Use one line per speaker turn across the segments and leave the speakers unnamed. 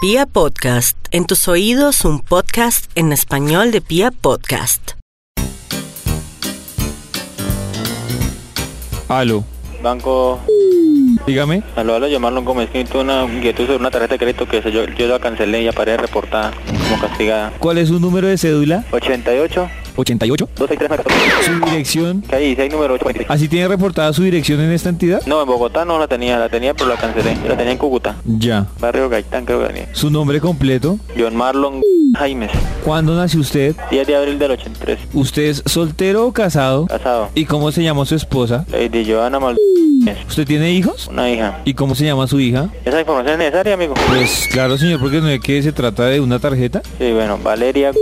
Pia Podcast, en tus oídos un podcast en español de Pia Podcast.
Aló,
Banco,
dígame.
aló, aló, llamarlo Gómez, que necesito una inquietud sobre una tarjeta de crédito que se- yo, yo la cancelé y aparece reportada como castigada.
¿Cuál es su número de cédula?
88,
88.
263,
¿Su dirección?
que ahí, 6 número 823.
¿Así tiene reportada su dirección en esta entidad?
No, en Bogotá no la tenía, la tenía pero la cancelé. La tenía en Cúcuta,
Ya.
barrio Gaitán creo que tenía.
¿Su nombre completo?
John Marlon Jaimes,
¿Cuándo nació usted?
10 de abril del 83,
¿Usted es soltero o casado?
casado.
¿Y cómo se llama su esposa?
Lady Joana Mal...
¿Usted tiene hijos?
una hija.
¿Y cómo se llama su hija?
¿Esa información es necesaria, amigo?
Pues claro, señor, porque no es que se trata de una tarjeta.
Sí, bueno, Valeria...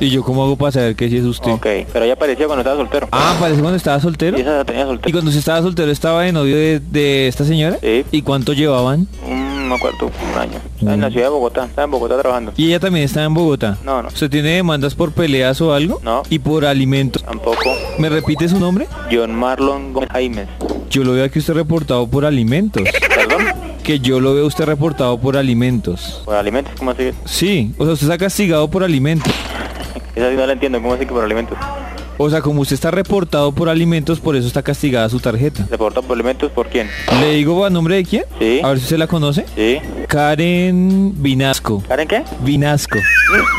¿Y yo cómo hago para saber que sí es usted?
Ok, pero ella aparecía cuando estaba soltero.
Ah, parece cuando estaba
Y
soltero.
esa la tenía
¿Y
soltero.
cuando se estaba soltero estaba de novio de, de esta señora?
Sí.
¿Y cuánto llevaban?
Mm, no me acuerdo, un año. Estaba en la ciudad de Bogotá, estaba en Bogotá trabajando.
¿Y ella también está en Bogotá?
No, no.
¿Usted tiene demandas por peleas o algo?
No.
¿Y por alimentos?
Tampoco.
¿Me repite su nombre?
John Marlon Gómez Jaimes.
Yo lo veo aquí usted reportado por alimentos.
Perdón.
Que yo lo veo usted reportado por alimentos.
Por alimentos, ¿cómo así?
Sí, o sea, usted está castigado por alimentos.
Esa sí no la entiendo, ¿cómo así que por alimentos?
O sea, como usted está reportado por alimentos, por eso está castigada su tarjeta.
¿Reportado por alimentos por quién?
¿Le digo a nombre de quién?
Sí.
A ver si usted la conoce.
Sí.
Karen Vinasco.
¿Karen qué?
Vinasco.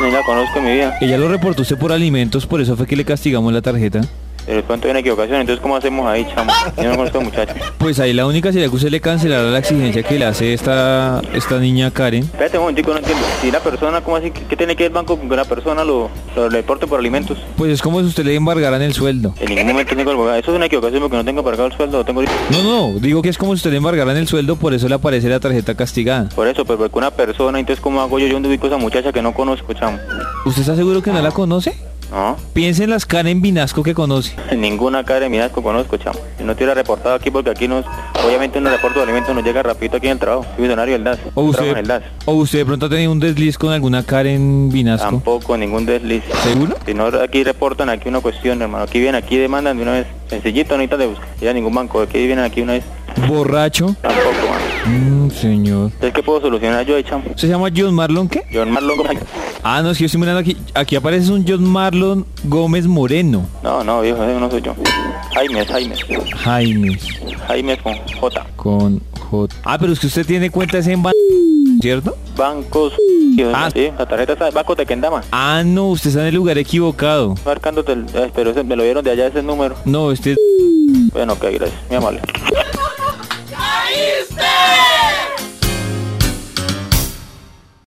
Ni la conozco en mi vida.
Ella lo reportó usted por alimentos, por eso fue que le castigamos la tarjeta.
Pero de pronto hay una equivocación, entonces ¿cómo hacemos ahí, chamo? Yo no conozco a muchacho.
Pues ahí la única sería que usted le cancelara la exigencia que le hace esta, esta niña Karen.
Espérate un momentico, no entiendo. Si la persona, ¿cómo así? ¿Qué qué tiene que ver el banco con que una persona lo, lo reporte por alimentos?
Pues es como si usted le embargaran el sueldo.
En ningún momento tengo algo. Eso es una equivocación porque no tengo embargado el sueldo, lo tengo ahorita.
No, no, digo que es como si usted le embargaran el sueldo, por eso le aparece la tarjeta castigada.
Por eso, pero porque una persona, entonces ¿cómo hago yo? Yo no ubico a esa muchacha que no conozco, chamo.
¿Usted está seguro que no la conoce?
No.
Piense en las Karen Vinasco que conoce.
Ninguna cara de mi asco conozco, chamo. Y No te hubiera reportado aquí porque aquí nos, obviamente un reporte de alimentos nos llega rapidito aquí en el trabajo. Soy funcionario del DAS.
O
Trabajo en
usted,
el DAS.
o usted de pronto ha tenido un desliz con alguna Karen Vinasco.
Tampoco ningún desliz.
¿Seguro?
Si no, aquí reportan aquí una cuestión, hermano. Aquí vienen, aquí demandan de una vez. Sencillito, no necesitan de buscar. Ir a ningún banco. Aquí vienen aquí una vez.
Borracho.
Tampoco, mano.
Mm, señor.
Entonces, ¿qué puedo solucionar yo ahí, chamo?
¿Se llama John Marlon qué?
John Marlon Gómez.
Ah, no, es que yo estoy mirando aquí. Aquí aparece un John Marlon Gómez Moreno.
No, no, viejo, ese no soy yo. Jaime, Jaime.
Jaime.
Jaime con J.
Con J. Ah, pero es que usted tiene cuentas en Ban... ¿Cierto?
Bancos.
Ah.
Sí, la tarjeta está de Banco Tequendama.
Ah, no, usted está en el lugar equivocado.
Marcándote el... eh, pero ese- me lo dieron de allá ese número.
No, este...
Bueno, ok, gracias. Muy amable.